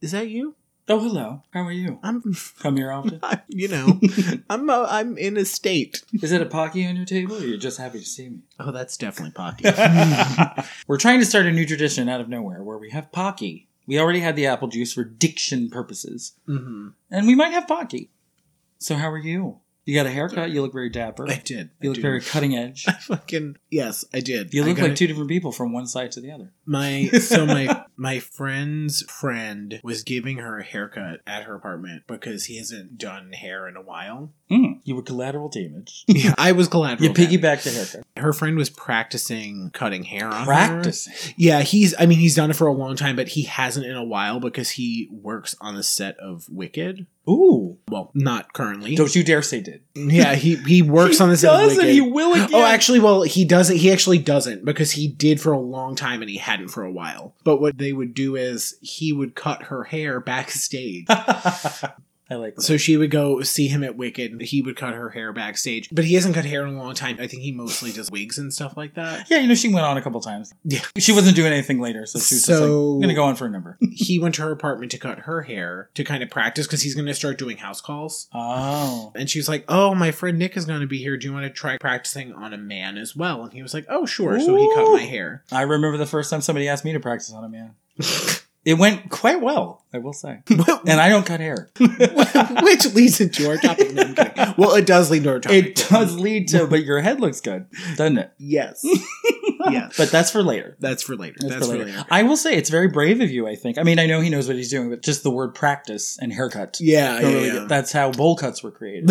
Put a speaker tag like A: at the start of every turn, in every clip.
A: Is that you?
B: Oh, hello. How are you?
A: I'm,
B: Come here often.
A: you know, I'm uh, I'm in a state.
B: Is it a Pocky on your table or you're just happy to see me?
A: Oh, that's definitely Pocky. Mm-hmm.
B: We're trying to start a new tradition out of nowhere where we have Pocky. We already had the apple juice for diction purposes.
A: hmm
B: And we might have Pocky. So how are you? You got a haircut. You look very dapper.
A: I did. I
B: You look
A: do.
B: very cutting edge.
A: fucking yes, I did.
B: You
A: I
B: look
A: got
B: like
A: it.
B: two different people from one side to the other.
A: my so my my friend's friend was giving her a haircut at her apartment because he hasn't done hair in a while.
B: Mm. You were collateral damage.
A: Yeah, I was collateral.
B: You
A: damage.
B: piggybacked the haircut.
A: Her friend was practicing cutting hair on her.
B: Practice.
A: Yeah, he's. I mean, he's done it for a long time, but he hasn't in a while because he works on the set of Wicked.
B: Ooh.
A: Well, not currently.
B: Don't you dare say did.
A: Yeah, he he works
B: He
A: on the set of
B: does
A: Wicked.
B: and he will again.
A: Oh, actually, well, he doesn't. He actually doesn't because he did for a long time and he hadn't for a while. But what they would do is he would cut her hair backstage.
B: I like that.
A: so she would go see him at Wicked and he would cut her hair backstage. But he hasn't cut hair in a long time. I think he mostly does wigs and stuff like that.
B: Yeah, you know, she went on a couple times.
A: Yeah.
B: She wasn't doing anything later, so she was just like,
A: So-
B: I'm going to go on for a number.
A: He went to her apartment to cut her hair to kind of practice because he's going to start doing house calls.
B: Oh.
A: And she was like, Oh, my friend Nick is going to be here. Do you want to try practicing on a man as well? And he was like, Oh, sure. So he cut my hair.
B: I remember the first time somebody asked me to practice on a man. It went quite well, I will say. And I don't cut hair.
A: Which leads into our topic. No, I'm kidding. Well, it does lead to our topic.
B: It does lead to, but your head looks good, doesn't it?
A: Yes. yes.
B: But that's for later.
A: that's for later.
B: That's, for later. I will say it's very brave of you, I think. I mean, I know he knows what he's doing, but just the word practice and haircut.
A: Yeah.
B: Don't
A: yeah,
B: really
A: yeah.
B: get- that's how bowl cuts were created.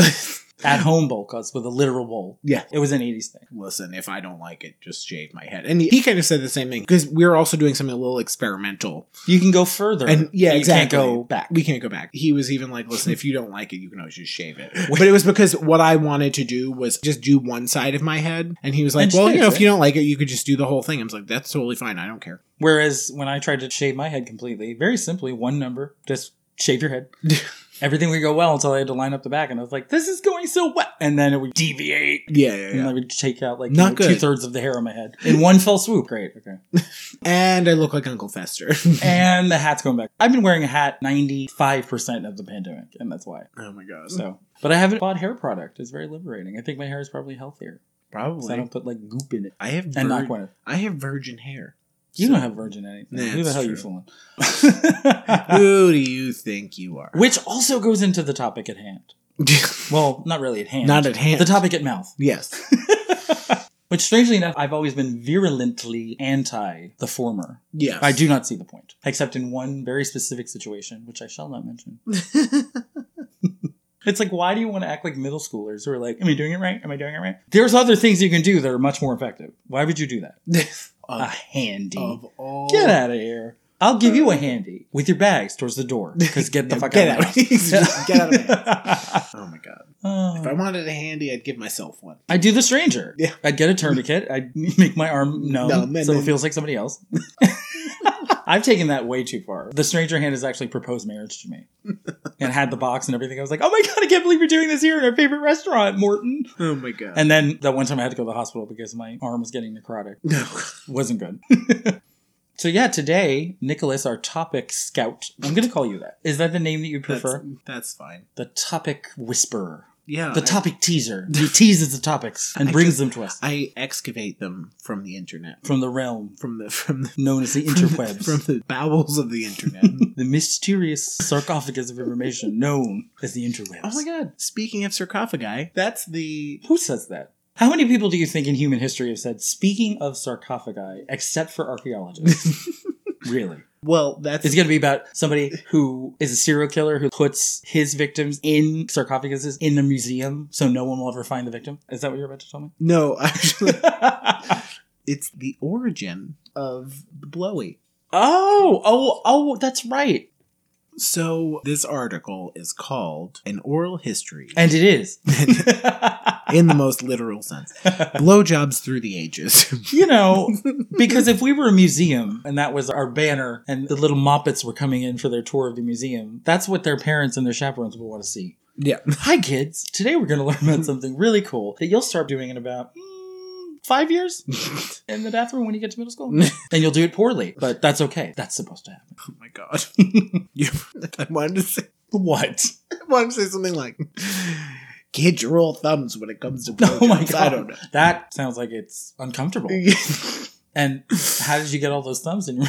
B: At home bowl cuts with a literal bowl.
A: Yeah.
B: It was an 80s thing.
A: Listen, if I don't like it, just shave my head. And he kind of said the same thing because we were also doing something a little experimental.
B: You can go further.
A: And yeah,
B: you
A: exactly.
B: can't go back.
A: We can't go back. He was even like, listen, if you don't like it, you can always just shave it. But it was because what I wanted to do was just do one side of my head. And he was like,
B: And
A: well, you
B: shave
A: know, if
B: it.
A: you don't like it, you could just do the whole thing. I was like, that's totally fine. I don't care.
B: Whereas when I tried to shave my head completely, very simply, one number, just shave your head. Everything would go well until I had to line up the back, and I was like, "This is going so well," and then it would deviate,
A: Yeah, yeah,
B: and I would take out like
A: Not good.
B: two thirds of the hair on my head in one fell swoop. Great, okay.
A: And I look like Uncle Fester.
B: And the hat's going back. I've been wearing a hat ninety five percent of the pandemic, and that's why.
A: oh my gosh.
B: So, but I haven't bought hair product. It's very liberating. I think my hair is probably healthier. 'cause I
A: Probably.
B: don't put like goop in it.
A: I have
B: And not
A: vir-
B: Gwyneth.
A: I have virgin hair.
B: You
A: So-
B: don't have virgin anything.
A: Nah,
B: Who the
A: it's
B: hell are you
A: true.
B: fooling?
A: Who do you think you are?
B: Which also goes into the topic at hand. Well, not really at hand.
A: Not at hand.
B: the topic at mouth.
A: Yes.
B: Which, strangely enough, I've always been virulently anti the former.
A: Yes.
B: I do not see the point, except in one very specific situation, which I shall not mention. It's like, why do you want to act like middle schoolers who are like, "Am I doing it right? Am I doing it right?" There's other things you can do that are much more effective. Why would you do that? a
A: of,
B: handy.
A: of all.
B: Get out of here. I'll give you a handy with your bags towards the door. Because get the
A: Yeah,
B: fuck
A: get
B: out. of
A: out.
B: my house.
A: Get out of Oh my god.
B: Oh.
A: If I wanted a handy, I'd give myself one.
B: I'd do the stranger.
A: Yeah.
B: I'd get a tourniquet. I'd make my arm numb
A: Numb, and
B: so
A: then-
B: it feels like somebody else. I've taken that way too far. The stranger hand has actually proposed marriage to me and had the box and everything. I was like, oh my God, I can't believe you're doing this here in our favorite restaurant, Morton.
A: Oh my god.
B: And then that one time I had to go to the hospital because my arm was getting necrotic.
A: no.
B: Wasn't good. so, yeah, today, Nicholas, our topic scout, I'm going to call you that. Is that the name that you
A: That's,
B: prefer?
A: that's fine.
B: The topic whisperer.
A: Yeah.
B: The
A: I-
B: topic teaser. He teases the topics and
A: I
B: brings
A: just-
B: them to us
A: I excavate them from the internet.
B: from the realm
A: From the from the
B: known as the interwebs,
A: From the bowels of the internet.
B: the mysterious sarcophagus of information known as the interwebs.
A: oh my god. Speaking of sarcophagi, that's the
B: Who says that? How many people do you think in human history have said, speaking of sarcophagi, except for archaeologists? really?
A: well, that's
B: It's going to be about somebody who is a serial killer who puts his victims in sarcophaguses in the museum so no one will ever find the victim. Is that what you're about to tell me?
A: no, actually it's the origin of the blowy.
B: oh, oh, oh, that's right.
A: So this article is called "An Oral History,"
B: And it is.
A: in the most literal sense, blowjobs through the ages.
B: You know, because if we were a museum and that was our banner and the little Moppets were coming in for their tour of the museum, that's what their parents and their chaperones would want to see.
A: yeah,
B: Hi, kids. Today we're going to learn about something really cool that you'll start doing in about mm, five years in the bathroom when you get to middle school. and you'll do it poorly, but that's okay. That's supposed to happen.
A: Oh my god. you, I wanted to say
B: What?
A: I wanted to say something like Kid your old thumbs when it comes to
B: Oh my
A: blowjobs."
B: god.
A: I don't
B: That sounds like it's uncomfortable.
A: know.
B: And how did you get all those thumbs in your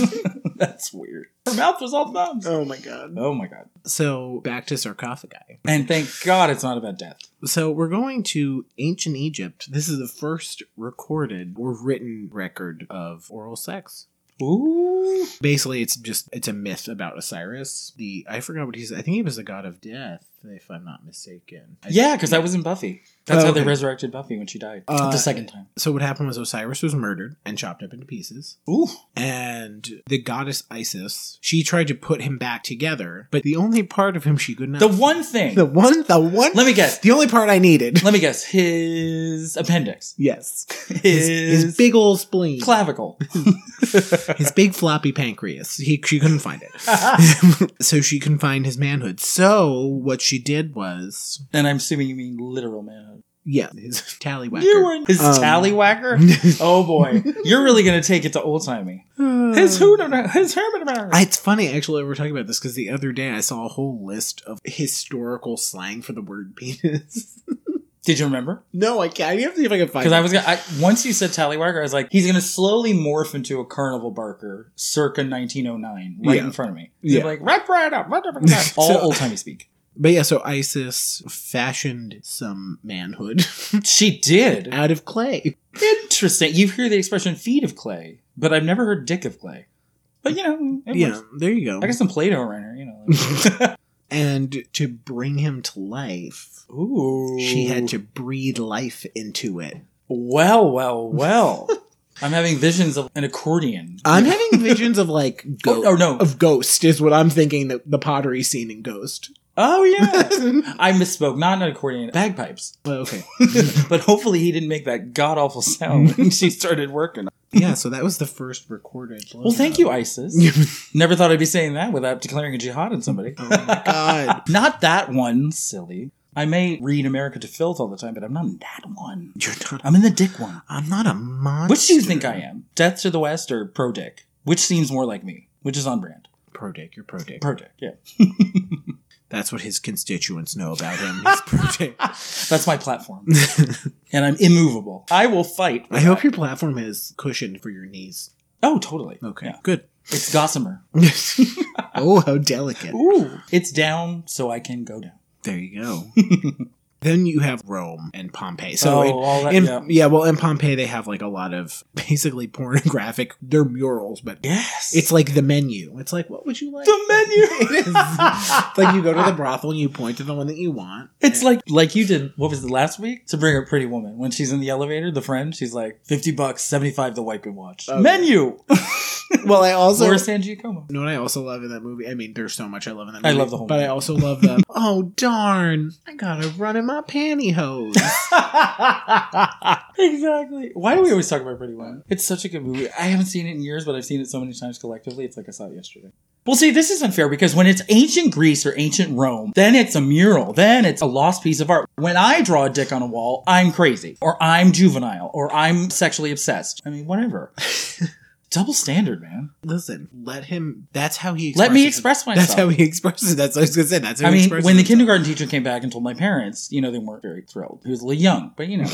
B: That's weird. Her mouth was all thumbs.
A: oh my god.
B: Oh my god.
A: So back to sarcophagi.
B: And thank God it's not about death.
A: So we're going to ancient Egypt. This is the first recorded or written record of oral sex.
B: Ooh.
A: Basically, it's just it's a myth about Osiris. The I forgot what he's. I think he was the god of death, if I'm not mistaken. I-
B: Yeah, because that was in Buffy. That's
A: Oh,
B: how they
A: okay.
B: resurrected Buffy when she died.
A: Uh,
B: the second time.
A: So what happened was Osiris was murdered and chopped up into pieces.
B: Ooh.
A: And the goddess Isis, she tried to put him back together, but the only part of him she could not.
B: The one thing.
A: The one. The one.
B: Let me guess.
A: The only part I needed.
B: Let me guess. His appendix.
A: Yes.
B: His,
A: His, his big old spleen.
B: clavicle.
A: his big floppy pancreas. He, she couldn't find it. so she couldn't find his manhood. So what she did was,
B: and I'm assuming you mean literal manhood.
A: yeah, his tallywhacker.
B: You and his
A: Um,
B: tallywhacker? Oh boy. You're really gonna take it to old timey. His who his hermit man.
A: Uh, I- It's funny actually we're talking about this because the other day I saw a whole list of historical slang for the word penis.
B: Did you remember?
A: no, I can't. I have to see if I can find.
B: Because I
A: it.
B: was gonna I, once you said Tallywhacker, I was like, he's gonna slowly morph into a carnival barker, circa 1909, right
A: Yeah.
B: in front of me.
A: Yeah.
B: Yeah. Like, wrap right up, wrap right up. all
A: So-
B: old timey speak.
A: But yeah, so Isis fashioned some manhood
B: She did.
A: out of clay.
B: Interesting. You hear the expression "feet of clay," but I've never heard "dick of clay." But you know, it
A: yeah,
B: works.
A: there you go.
B: I got some Play-Doh right here. You know. like-
A: And to bring him to life,
B: Ooh.
A: she had to breathe life into it.
B: Well, well, well. I'm having visions of an accordion.
A: I'm having visions of like
B: Oh,
A: ghost.
B: oh, no.
A: Of Ghost is what I'm thinking the, the pottery scene in Ghost.
B: Oh yeah.
A: Well,
B: I misspoke. Not an accordion. Bagpipes.
A: okay.
B: but hopefully he didn't make that god awful sound when she started working.
A: Yeah, so that was the first recorded.
B: Well, thank you, ISIS. Never thought I'd be saying that without declaring a jihad on somebody.
A: oh my god.
B: Not that one, silly. I may read America to filth all the time, but I'm not in that one.
A: You're not
B: I'm in the dick one.
A: I'm not a monster.
B: Which do you think I am? Death to the West or pro dick? Which seems more like me? Which is on brand?
A: Pro dick, you're pro dick.
B: Pro dick, yeah.
A: That's what his constituents know about him. He's pro dick.
B: That's my platform. and I'm immovable. I will fight.
A: I hope your platform is cushioned for your knees.
B: Oh, totally.
A: Okay.
B: Yeah.
A: Good.
B: It's gossamer.
A: oh, how delicate.
B: Ooh. It's down so I can go down.
A: There you go. then you have Rome and Pompeii. So
B: oh,
A: in-
B: all that.
A: in, yeah.
B: yeah.
A: well, in Pompeii they have like a lot of basically pornographic. They're murals, but
B: Yes.
A: it's like the menu. It's like, what would you like?
B: the menu.
A: It is. like you go to the brothel and you point to the one that you want.
B: It's like like you did. What was it last week to bring up Pretty Woman when she's in the elevator? The friend, she's like fifty bucks, seventy five. The wipe and watch
A: Okay.
B: menu.
A: well, I also
B: Laura San Giacomo.
A: you know what I also love in that movie. I mean, there's so much I love in that.
B: I
A: movie.
B: love the whole
A: but I
B: movie.
A: also love the oh darn, I gotta run in my pantyhose.
B: exactly. Why do we always talk about Pretty Woman? It's such a good movie. I haven't seen it in years, but I've seen it so many times collectively. It's like I saw it yesterday. Well, see, this is unfair because when it's ancient Greece or ancient Rome, then it's a mural, then it's a lost piece of art. When I draw a dick on a wall, I'm crazy, or I'm juvenile, or I'm sexually obsessed. I mean, whatever. Double standard, man.
A: Listen, let him. That's how he.
B: Let me
A: expresses-
B: express myself.
A: That's how he expresses. That's what I was gonna say. That's how
B: I
A: he
B: mean,
A: expresses
B: when the
A: himself.
B: kindergarten teacher came back and told my parents, you know, they weren't very thrilled. He was a little young, but you know,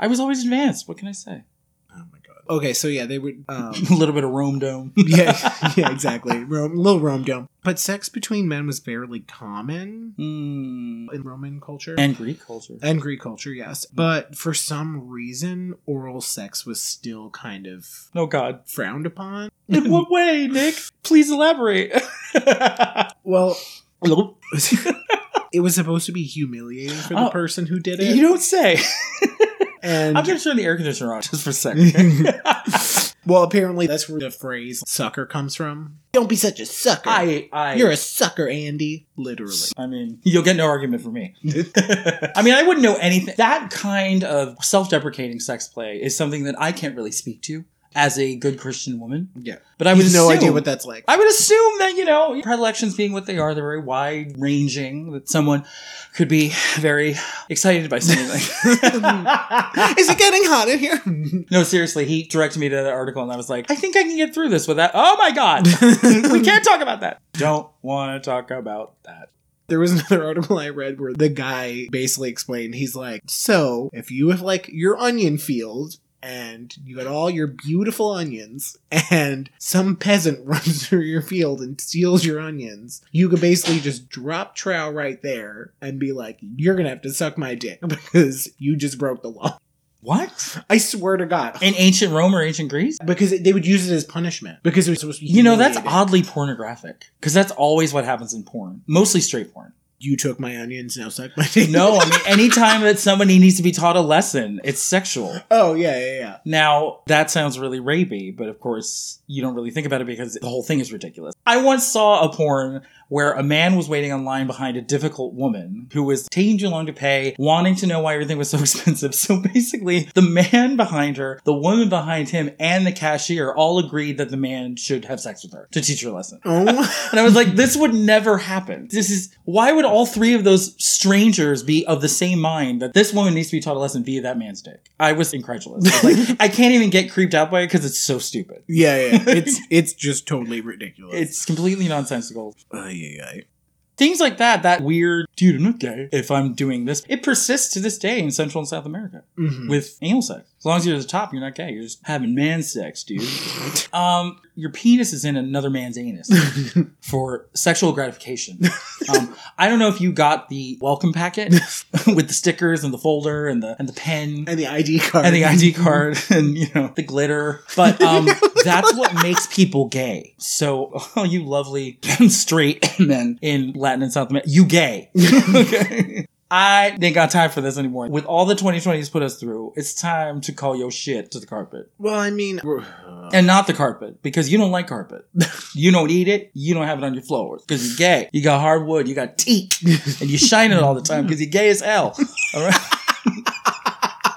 B: I was always advanced. What can I say?
A: Oh my god. Okay, so yeah, they would. Um,
B: a little bit of Rome dome.
A: yeah, yeah, exactly. Rome, little Rome dome. But sex between men was fairly common
B: Mm.
A: in Roman culture
B: And Greek culture.
A: And Greek culture, yes. But for some reason, oral sex was still kind of
B: Oh, God.
A: frowned upon.
B: In what way, Nick? Please elaborate.
A: Well,
B: you
A: it was supposed to be humiliating for the
B: Oh,
A: person who did it.
B: don't say.
A: and
B: I'm going to turn the air conditioner on just for a second.
A: well, apparently that's where the phrase "sucker" comes from. Don't be such a sucker.
B: I, I,
A: You're a sucker, Andy. Literally.
B: I mean, you'll get no argument from me. I mean, I wouldn't know anything. That kind of self deprecating sex play is something that I can't really speak to. as a good Christian woman.
A: Yeah.
B: But I
A: I
B: would
A: have no
B: assume-
A: idea what that's like.
B: I would assume that, you know, predilections being what they are, they're very wide ranging, that someone could be very excited by something like
A: Is it getting hot in here?
B: No, seriously, he directed me to that article and I was like, I think I can get through this without Oh my god. we can't talk about that. Don't wanna talk about that.
A: There was another article I read where the guy basically explained he's like, so if you have like your onion field and you got all your beautiful onions and some peasant runs through your field and steals your onions, you can basically just drop trowel right there and be like, you're gonna have to suck my dick because you just broke the law.
B: What?
A: I swear to God.
B: In ancient Rome or ancient Greece?
A: because it, they would use it as punishment because it was supposed to be
B: You know, that's
A: humiliating.
B: oddly pornographic. Because that's always what happens in porn. Mostly straight porn.
A: you took my onions now suck my dick
B: No, I mean anytime that somebody needs to be taught a lesson, it's sexual.
A: oh yeah yeah yeah
B: Now, that sounds really rapey, but of course, you don't really think about it because the whole thing is ridiculous. I once saw a porn where a man was waiting in line behind a difficult woman who was taking too long to pay, wanting to know why everything was so expensive. So basically, the man behind her, the woman behind him, and the cashier all agreed that the man should have sex with her to teach her a lesson.
A: oh
B: And I was like, this would never happen. This is why would all three of those strangers be of the same mind that this woman needs to be taught a lesson via that man's dick? I was incredulous. I was like, I can't even get creeped out by it because it's so stupid.
A: Yeah, yeah. It's it's just totally ridiculous. Oh,
B: It's completely nonsensical.
A: Ay, ay, ay.
B: Things like that, that weird, dude, I'm not gay if I'm doing this, it persists to this day in Central and South America
A: Mhm.
B: with anal sex. As long as you're at the top, you're not gay. You're just having man sex, dude. um, your penis is in another man's anus. for sexual gratification. um, I don't know if you got the welcome packet with the stickers and the folder and the and the pen
A: and the ID card.
B: and the ID card and you know the glitter, but um, that's what makes people gay. So, oh, you lovely straight men in Latin and South America, you gay. okay. I ain't got time for this anymore. With all the 2020s put us through, it's time to call your shit to the carpet.
A: Well, I mean, uh,
B: And not the carpet, because you don't like carpet. You don't eat it. You don't have it on your floors because you're gay. You got hardwood. You got teak, and you shine it all the time because you're gay as hell. All right.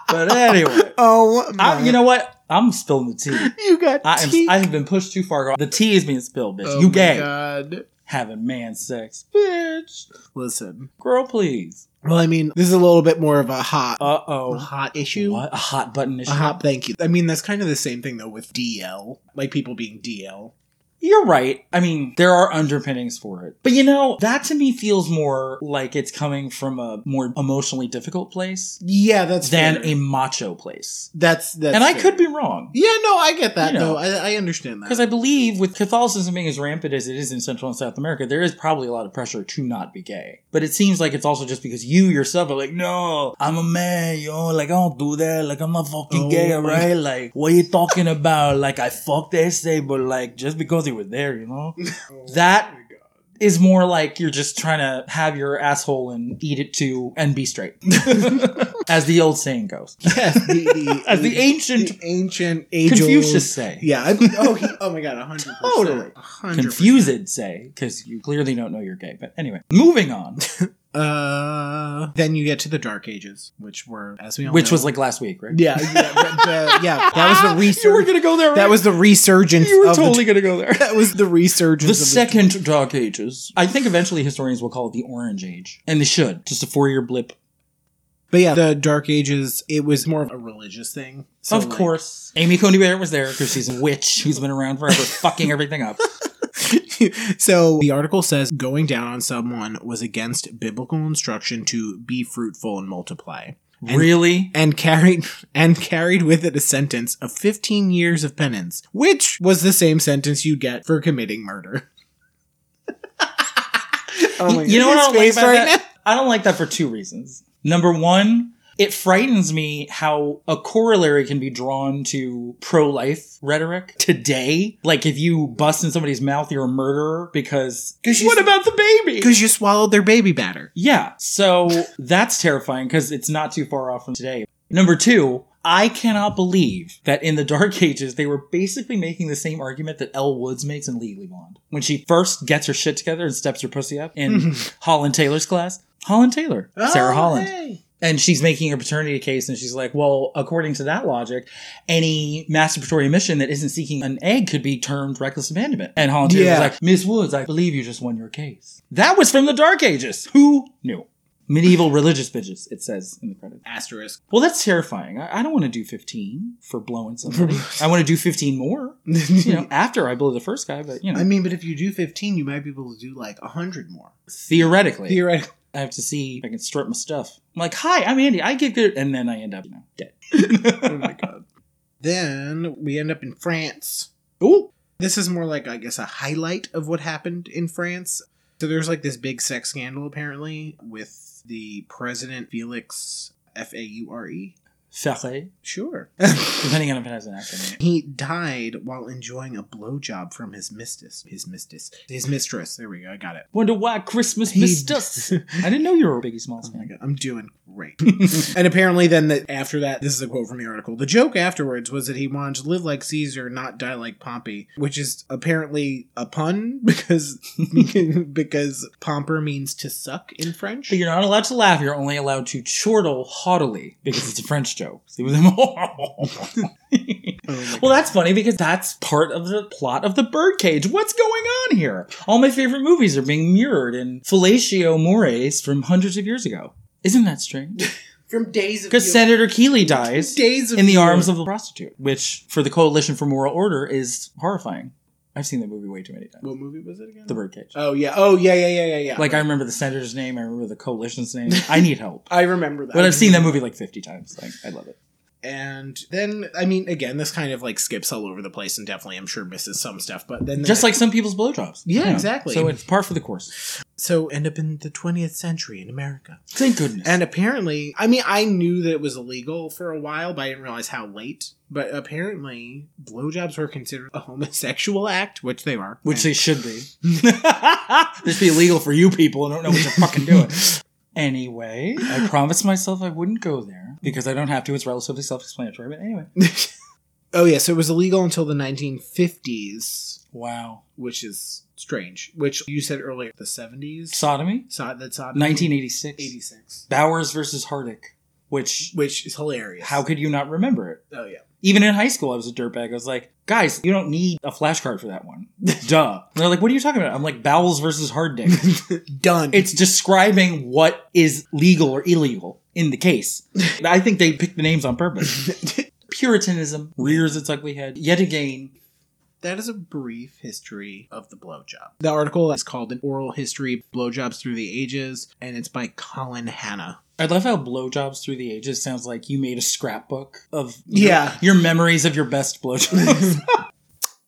B: but anyway,
A: oh,
B: I, you know what? I'm spilling the tea.
A: you got.
B: I am. I have been pushed too far. girl. The tea is being spilled, bitch. you gay
A: Oh God.
B: having man sex, bitch.
A: Listen.
B: Girl, please.
A: Well, I mean, this is a little bit more of a hot,
B: Uh oh.
A: hot issue.
B: What a hot button issue.
A: A hot. Thank you. I mean, that's kind of the same thing though with DL, like people being DL.
B: You're right. I mean, there are underpinnings for it. But you know, that to me feels more like it's coming from a more emotionally difficult place
A: Yeah, that's
B: than
A: fair.
B: a macho place.
A: That's that's.
B: and I
A: fair.
B: could be wrong.
A: Yeah, no, I get that.
B: You know.
A: No, I, I understand that.
B: Because I believe with Catholicism being as rampant as it is in Central and South America, there is probably a lot of pressure to not be gay. But it seems like it's also just because you yourself are like, no, I'm a man, yo, like I don't do that, like I'm not fucking
A: Oh
B: gay,
A: my-
B: alright? Like, what you talking about? Like I fucked essay, but like just because he was there, you know? that-
A: Oh my God.
B: is more like you're just trying to have your asshole and eat it too and be straight, as the old saying goes,
A: Yes, the, the,
B: as the
A: the
B: ancient
A: ancient age
B: Confucius say,
A: Yeah. I, oh, he, oh my god, a hundred percent.
B: Totally.
A: A hundred
B: confused say, because you clearly don't know you're gay. But anyway, moving on,
A: percent. Uh, then you get to the Dark Ages, which were as we all know-
B: which was like last week, right? Ah,
A: yeah, yeah, the- the- yeah, that was the
B: You were
A: resurgence.
B: gonna go there. Right?
A: That was the resurgence.
B: you were
A: of the-
B: totally gonna go there.
A: that was the
B: The
A: resurgence. of
B: second Dark Ages. I think eventually historians will call it the Orange Age, and they should. Just a four-year blip.
A: but yeah, the Dark Ages. It was more of a religious thing. So
B: of
A: like-
B: course, Amy Coney Barrett was there because she's a witch who's been around forever, fucking everything up.
A: so the article says going down on someone was against biblical instruction to be fruitful and multiply. And-
B: really?
A: and carried and carried with it a sentence of 15 years of penance, which was the same sentence you get for committing murder. oh
B: Y- you know what I don't like about
A: now?
B: that? I don't like that for two reasons. Number one, it frightens me how a corollary can be drawn to pro-life rhetoric today. Like if you bust in somebody's mouth, you're a murderer because.
A: 'Cause you-
B: What about the baby?
A: Because you swallowed their baby batter.
B: Yeah, so that's terrifying because it's not too far off from today. Number two. I cannot believe that in the Dark Ages they were basically making the same argument that Elle Woods makes in Legally Blonde when she first gets her shit together and steps her pussy up in Holland Taylor's class. Holland Taylor, Sarah Holland.
A: Oh, hey.
B: and she's making a paternity case and she's like well according to that logic any masturbatory emission that isn't seeking an egg could be termed reckless abandonment and Hollandia
A: Yeah.
B: was like miss woods i believe you just won your case that was from the dark ages who knew medieval religious bitches it says in the credits
A: Asterisk.
B: well that's terrifying i, I don't want to do 15 for blowing somebody i want to do 15 more you know after i blow the first guy but you know
A: I mean, but if you do 15, you might be able to do like 100 more.
B: theoretically
A: Theoretically.
B: I have to see if I can strip my stuff. I'm like, hi, I'm Andy. I get good, and then I end up you know, dead.
A: Oh my god. Then we end up in France.
B: Ooh.
A: This is more like, I guess, a highlight of what happened in France. So there's like this big sex scandal apparently with the president Felix F A U R E.
B: Ferré,
A: Sure.
B: depending on if it has an accent.
A: he died while enjoying a blowjob from his mistress. His mistress. His mistress. There we go. I got it.
B: Wonder why Christmas
A: He-
B: missed us. I didn't know you were a Biggie Smalls
A: Oh my
B: fan.
A: god, I'm doing great. and apparently, then that after that, this is a quote from the article. The joke afterwards was that he wanted to live like Caesar, not die like Pompey, which is apparently a pun because because pomper means to suck in French.
B: But you're not allowed to laugh. You're only allowed to chortle haughtily because it's a French joke. See what I'm-
A: Oh my
B: well,
A: god.
B: that's funny because that's part of the plot of the Birdcage. What's going on here? All my favorite movies are being mirrored in fellatio mores from hundreds of years ago. Isn't that strange?
A: from days of
B: Because
A: Yore-
B: Senator Keeley dies.
A: days of
B: in the
A: Yore.
B: arms of a prostitute, which for the Coalition for Moral Order is horrifying. I've seen that movie way too many times.
A: what movie was it again?
B: The Birdcage.
A: Oh yeah. Oh yeah. Yeah yeah yeah yeah.
B: Like I remember the senator's name, I remember the coalition's name. I need help,
A: I remember that.
B: but I've seen that movie like fifty times. Like I love it.
A: And then, I mean, again, this kind of like skips all over the place and definitely, I'm sure, misses some stuff. But then,
B: Just like some people's blowjobs.
A: Yeah,
B: You know,
A: exactly.
B: So it's par for the course.
A: so end up in the 20th century in America.
B: Thank goodness.
A: And uh, apparently, I mean, I knew that it was illegal for a while, but I didn't realize how late. But apparently, blowjobs were considered a homosexual act, which they are.
B: which they should be. this be illegal for you people who don't know what you're fucking doing. Anyway, I promised myself I wouldn't go there because I don't have to. It's relatively self-explanatory. But anyway,
A: oh yeah, so it was illegal until the 1950s,
B: wow,
A: which is strange. Which you said earlier, the 70s.
B: sodomy,
A: saw that saw
B: 1986.
A: 86,
B: Bowers versus Hardick, which
A: which is hilarious.
B: how could you not remember it?
A: Oh yeah.
B: Even in high school, I was a dirtbag. I was like, guys, you don't need a flashcard for that one. Duh. And they're like, what are you talking about? I'm like, bowels versus hard dick.
A: Done.
B: it's describing what is legal or illegal in the case. I think they picked the names on purpose. Puritanism rears its ugly head yet again.
A: That is a brief history of the blowjob. The article is called An Oral History Blowjobs Through the Ages, and it's by Colin Hanna.
B: I love how blowjobs through the ages sounds like you made a scrapbook of
A: Yeah.
B: your memories of your best blowjobs.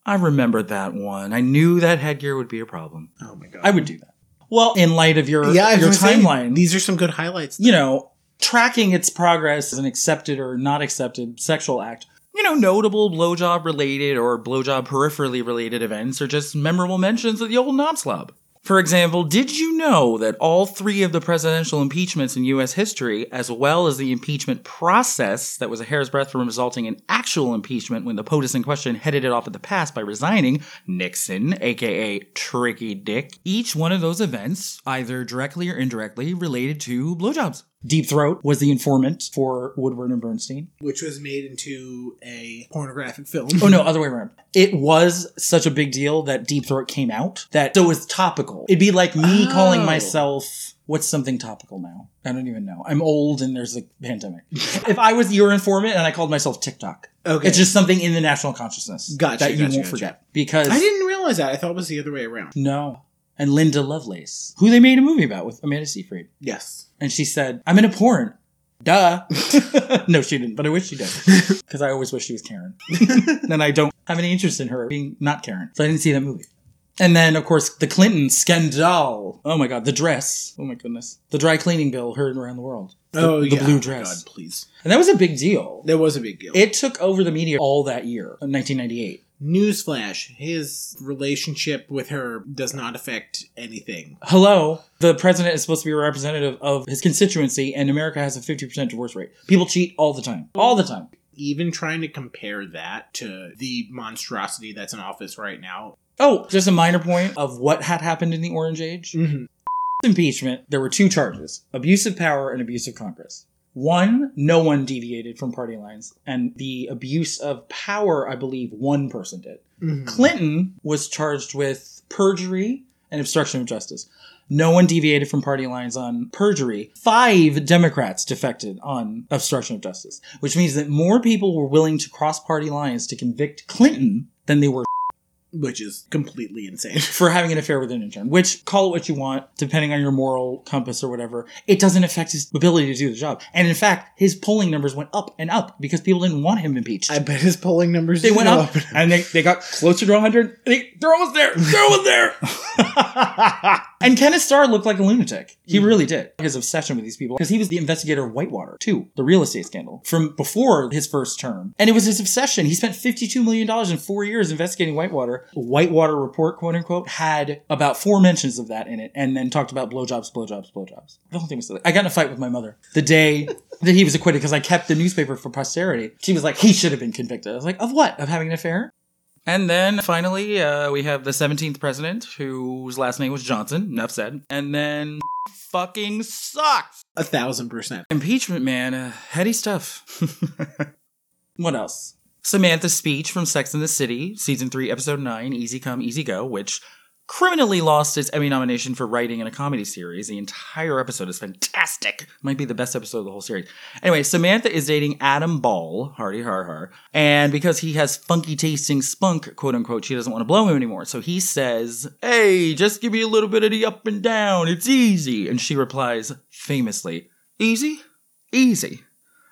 B: I remember that one. I knew that headgear would be a problem.
A: Oh my god.
B: I would do that. Well, in light of your
A: yeah, I was
B: your
A: gonna say,
B: timeline,
A: these are some good highlights.
B: you know, tracking its progress as an accepted or not accepted sexual act. You know, notable blowjob related or blowjob peripherally related events are just memorable mentions of the old knob slob. For example, did you know that all three of the presidential impeachments in U.S. history, as well as the impeachment process that was a hair's breadth from resulting in actual impeachment when the POTUS in question headed it off at the pass by resigning, Nixon, aka Tricky Dick, each one of those events, either directly or indirectly, related to blowjobs? Deep Throat was the informant for Woodward and Bernstein.
A: Which was made into a pornographic film.
B: Oh no, other way around. It was such a big deal that Deep Throat came out that so it was topical. It'd be like me
A: Oh.
B: calling myself what's something topical now? I don't even know. I'm old and there's a pandemic. if I was your informant and I called myself TikTok,
A: Okay.
B: it's just something in the national consciousness
A: Gotcha,
B: that you
A: gotcha,
B: won't
A: gotcha.
B: forget because
A: I didn't realize that. I thought it was the other way around.
B: no. And Linda Lovelace, who they made a movie about with Amanda Seyfried,
A: Yes.
B: and she said, "I'm in a porn." Duh. no, she didn't, but I wish she did. Because I always wish she was Karen. and I don't have any interest in her being not Karen. So I didn't see that movie. And then, of course, the Clinton scandal. Oh my God, the dress. Oh my goodness. The dry cleaning bill heard around the world. The,
A: oh,
B: the
A: yeah.
B: blue dress.
A: God, please.
B: And that was a big deal.
A: That was a big deal.
B: It took over the media all that year, in 1998.
A: Newsflash his relationship with her does not affect anything.
B: Hello, the president is supposed to be a representative of his constituency, and America has a 50% divorce rate. People cheat all the time. All the time.
A: Even trying to compare that to the monstrosity that's in office right now.
B: Oh, just a minor point of what had happened in the Orange Age.
A: Mm-hmm.
B: impeachment, there were two charges abuse of power and abuse of Congress. One, no one deviated from party lines, and the abuse of power, I believe, one person did.
A: Mhm.
B: Clinton was charged with perjury and obstruction of justice. No one deviated from party lines on perjury. Five Democrats defected on obstruction of justice, which means that more people were willing to cross party lines to convict Clinton than they were
A: Which is completely insane.
B: for having an affair with an intern, which call it what you want, depending on your moral compass or whatever, it doesn't affect his ability to do the job. And in fact, his polling numbers went up and up because people didn't want him impeached.
A: I bet his polling numbers
B: they
A: just
B: went
A: go
B: up and they, they got closer to 100. They, they're almost there. They're almost there. and Kenneth Starr looked like a lunatic. He
A: Mhm.
B: really did. His obsession with these people, because he was the investigator of Whitewater, too, the real estate scandal from before his first term. And it was his obsession. He spent $52 million in four years investigating Whitewater. Whitewater report, quote unquote, had about four mentions of that in it and then talked about blowjobs, blowjobs, blowjobs. The whole thing was silly. I got in a fight with my mother the day that he was acquitted because I kept the newspaper for posterity. She was like, he should have been convicted. I was like, of what? Of having an affair? And then finally, uh, we have the 17th president, whose last name was Johnson. Enough said. And then fucking sucks.
A: a thousand percent.
B: Impeachment, man. Uh, heady stuff. what else? Samantha's speech from Sex and the City, season three, episode nine, Easy Come, Easy Go, which criminally lost its Emmy nomination for writing in a comedy series. The entire episode is fantastic. Might be the best episode of the whole series. Anyway, Samantha is dating Adam Ball, Hardy Har Har, and because he has funky tasting spunk, quote unquote, she doesn't want to blow him anymore. So he says, Hey, just give me a little bit of the up and down. It's easy. And she replies famously, Easy? Easy.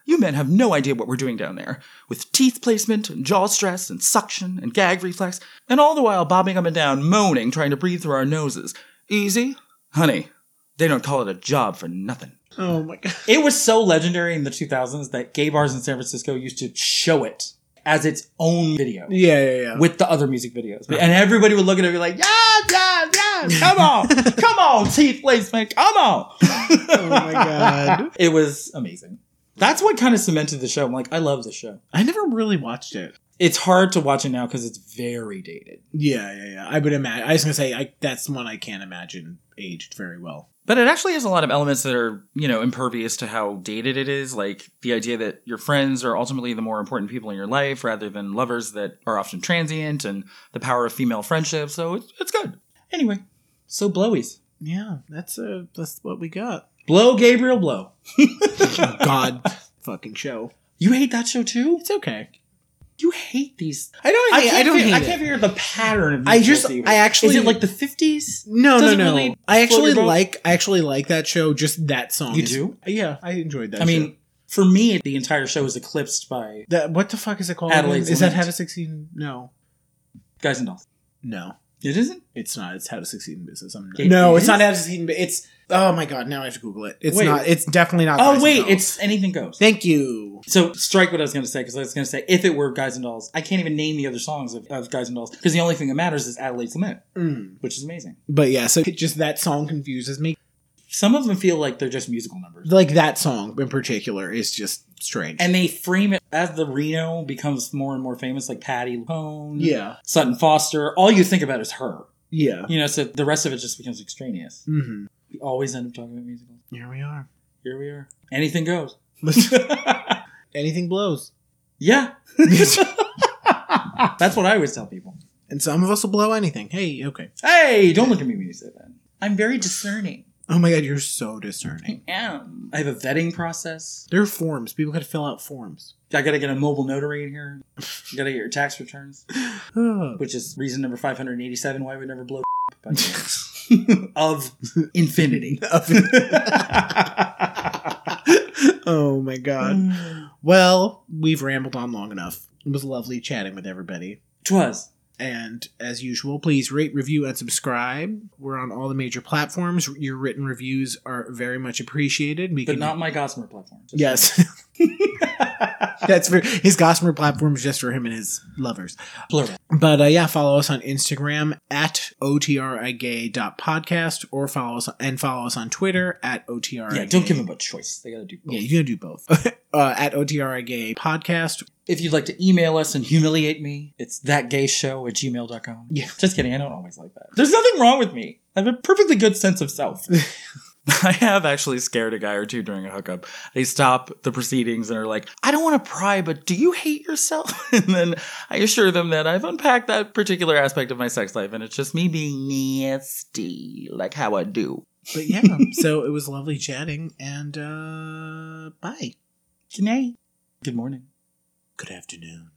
B: You men have no idea what we're doing down there, with teeth placement and jaw stress and suction and gag reflex, and all the while bobbing up and down, moaning, trying to breathe through our noses. Easy? Honey, they don't call it a job for nothing.
A: Oh my god.
B: It was so legendary in the 2000s that gay bars in San Francisco used to show it as its own video
A: Yeah, yeah, yeah.
B: with the other music videos. And everybody would look at it and be like, yeah, yeah, yeah, come on, come on, teeth placement, come on.
A: oh my god.
B: It was amazing. That's what kind of cemented the show. I'm like, I love this show.
A: I never really watched it.
B: It's hard to watch it now because it's very dated.
A: Yeah, yeah, yeah. I would imagine. I was gonna say I, that's one I can't imagine aged very well.
B: But it actually has a lot of elements that are, you know, impervious to how dated it is, like the idea that your friends are ultimately the more important people in your life rather than lovers that are often transient and the power of female friendship. So it's, it's good. Anyway, so blowies.
A: Yeah, that's uh that's what we got.
B: Blow, Gabriel, blow.
A: God, fucking show.
B: You hate that show too?
A: It's okay.
B: You hate these.
A: I don't. Hate, I,
B: can't
A: don't
B: fi-
A: hate
B: I
A: it.
B: can't figure the pattern of these
A: I just.
B: shows either.
A: I actually.
B: Is it like the 50s?
A: No, no,
B: doesn't
A: no.
B: really
A: I actually
B: your boat?
A: like. I actually like that show. Just that song.
B: You
A: is-
B: do?
A: Yeah, I enjoyed that.
B: I
A: show.
B: mean, for me, the entire show is eclipsed by
A: that. What the fuck is it called?
B: Adelaide's
A: is that
B: Lament.
A: How to Succeed? in- No,
B: Guys and Dolls.
A: no,
B: It isn't?
A: it's not. It's How to Succeed in Business. I'm not,
B: It
A: no, it's
B: is?
A: not How to Succeed in Business. It's. Oh my god! Now I have to Google it. It's
B: Wait.
A: not. It's definitely not. Guys
B: Oh,
A: and
B: wait,
A: Dolls.
B: it's Anything Goes.
A: Thank you.
B: So strike what I was going to say because I was going to say if it were Guys and Dolls, I can't even name the other songs of, of Guys and Dolls because the only thing that matters is Adelaide's Lament,
A: Mm.
B: which is amazing.
A: But yeah, so just that song confuses me.
B: Some of them feel like they're just musical numbers,
A: Like that song in particular is just strange.
B: and they frame it as the Reno becomes more and more famous, like Patty Lapone,
A: yeah,
B: Sutton Foster. All you think about is her,
A: yeah.
B: you know. So the rest of it just becomes extraneous.
A: hmm
B: We always end up talking about musicals.
A: Here we are.
B: Here we are. Anything goes.
A: Anything blows,
B: yeah, that's what I always tell people.
A: and some of us will blow anything. Hey, okay.
B: Hey, don't look at me when you say that. I'm very discerning.
A: Oh my god, you're so discerning.
B: am. I have a vetting process.
A: There are forms. People got to fill out forms.
B: I gotta get a mobile notary in here. You gotta get your tax returns,
A: Ugh.
B: which is reason number 587 why we never blow by chance. of infinity.
A: oh my god. Well, we've rambled on long enough. It was lovely chatting with everybody.
B: Twas.
A: And as usual, please rate, review, and subscribe. We're on all the major platforms. Your written reviews are very much appreciated. We
B: But not my Gossamer platform.
A: Yes. That's for his Gossamer platform is just for him and his lovers.
B: Plural.
A: But uh, yeah, follow us on Instagram at otrigay.podcast or follow us and follow us on Twitter at otrig.
B: Yeah, don't give them a choice. They gotta do both.
A: Yeah, you gotta do both. uh, at otrigay podcast.
B: If you'd like to email us and humiliate me, it's thatgayshow at gmail.com.
A: Yeah.
B: Just kidding, I don't always like that. There's nothing wrong with me. I have a perfectly good sense of self. I have actually scared a guy or two during a hookup. They stop the proceedings and are like, I don't want to pry, but do you hate yourself? And then I assure them that I've unpacked that particular aspect of my sex life and it's just me being nasty, like how I do.
A: But yeah, so it was lovely chatting and uh bye.
B: Good night. Good morning.
A: Good afternoon.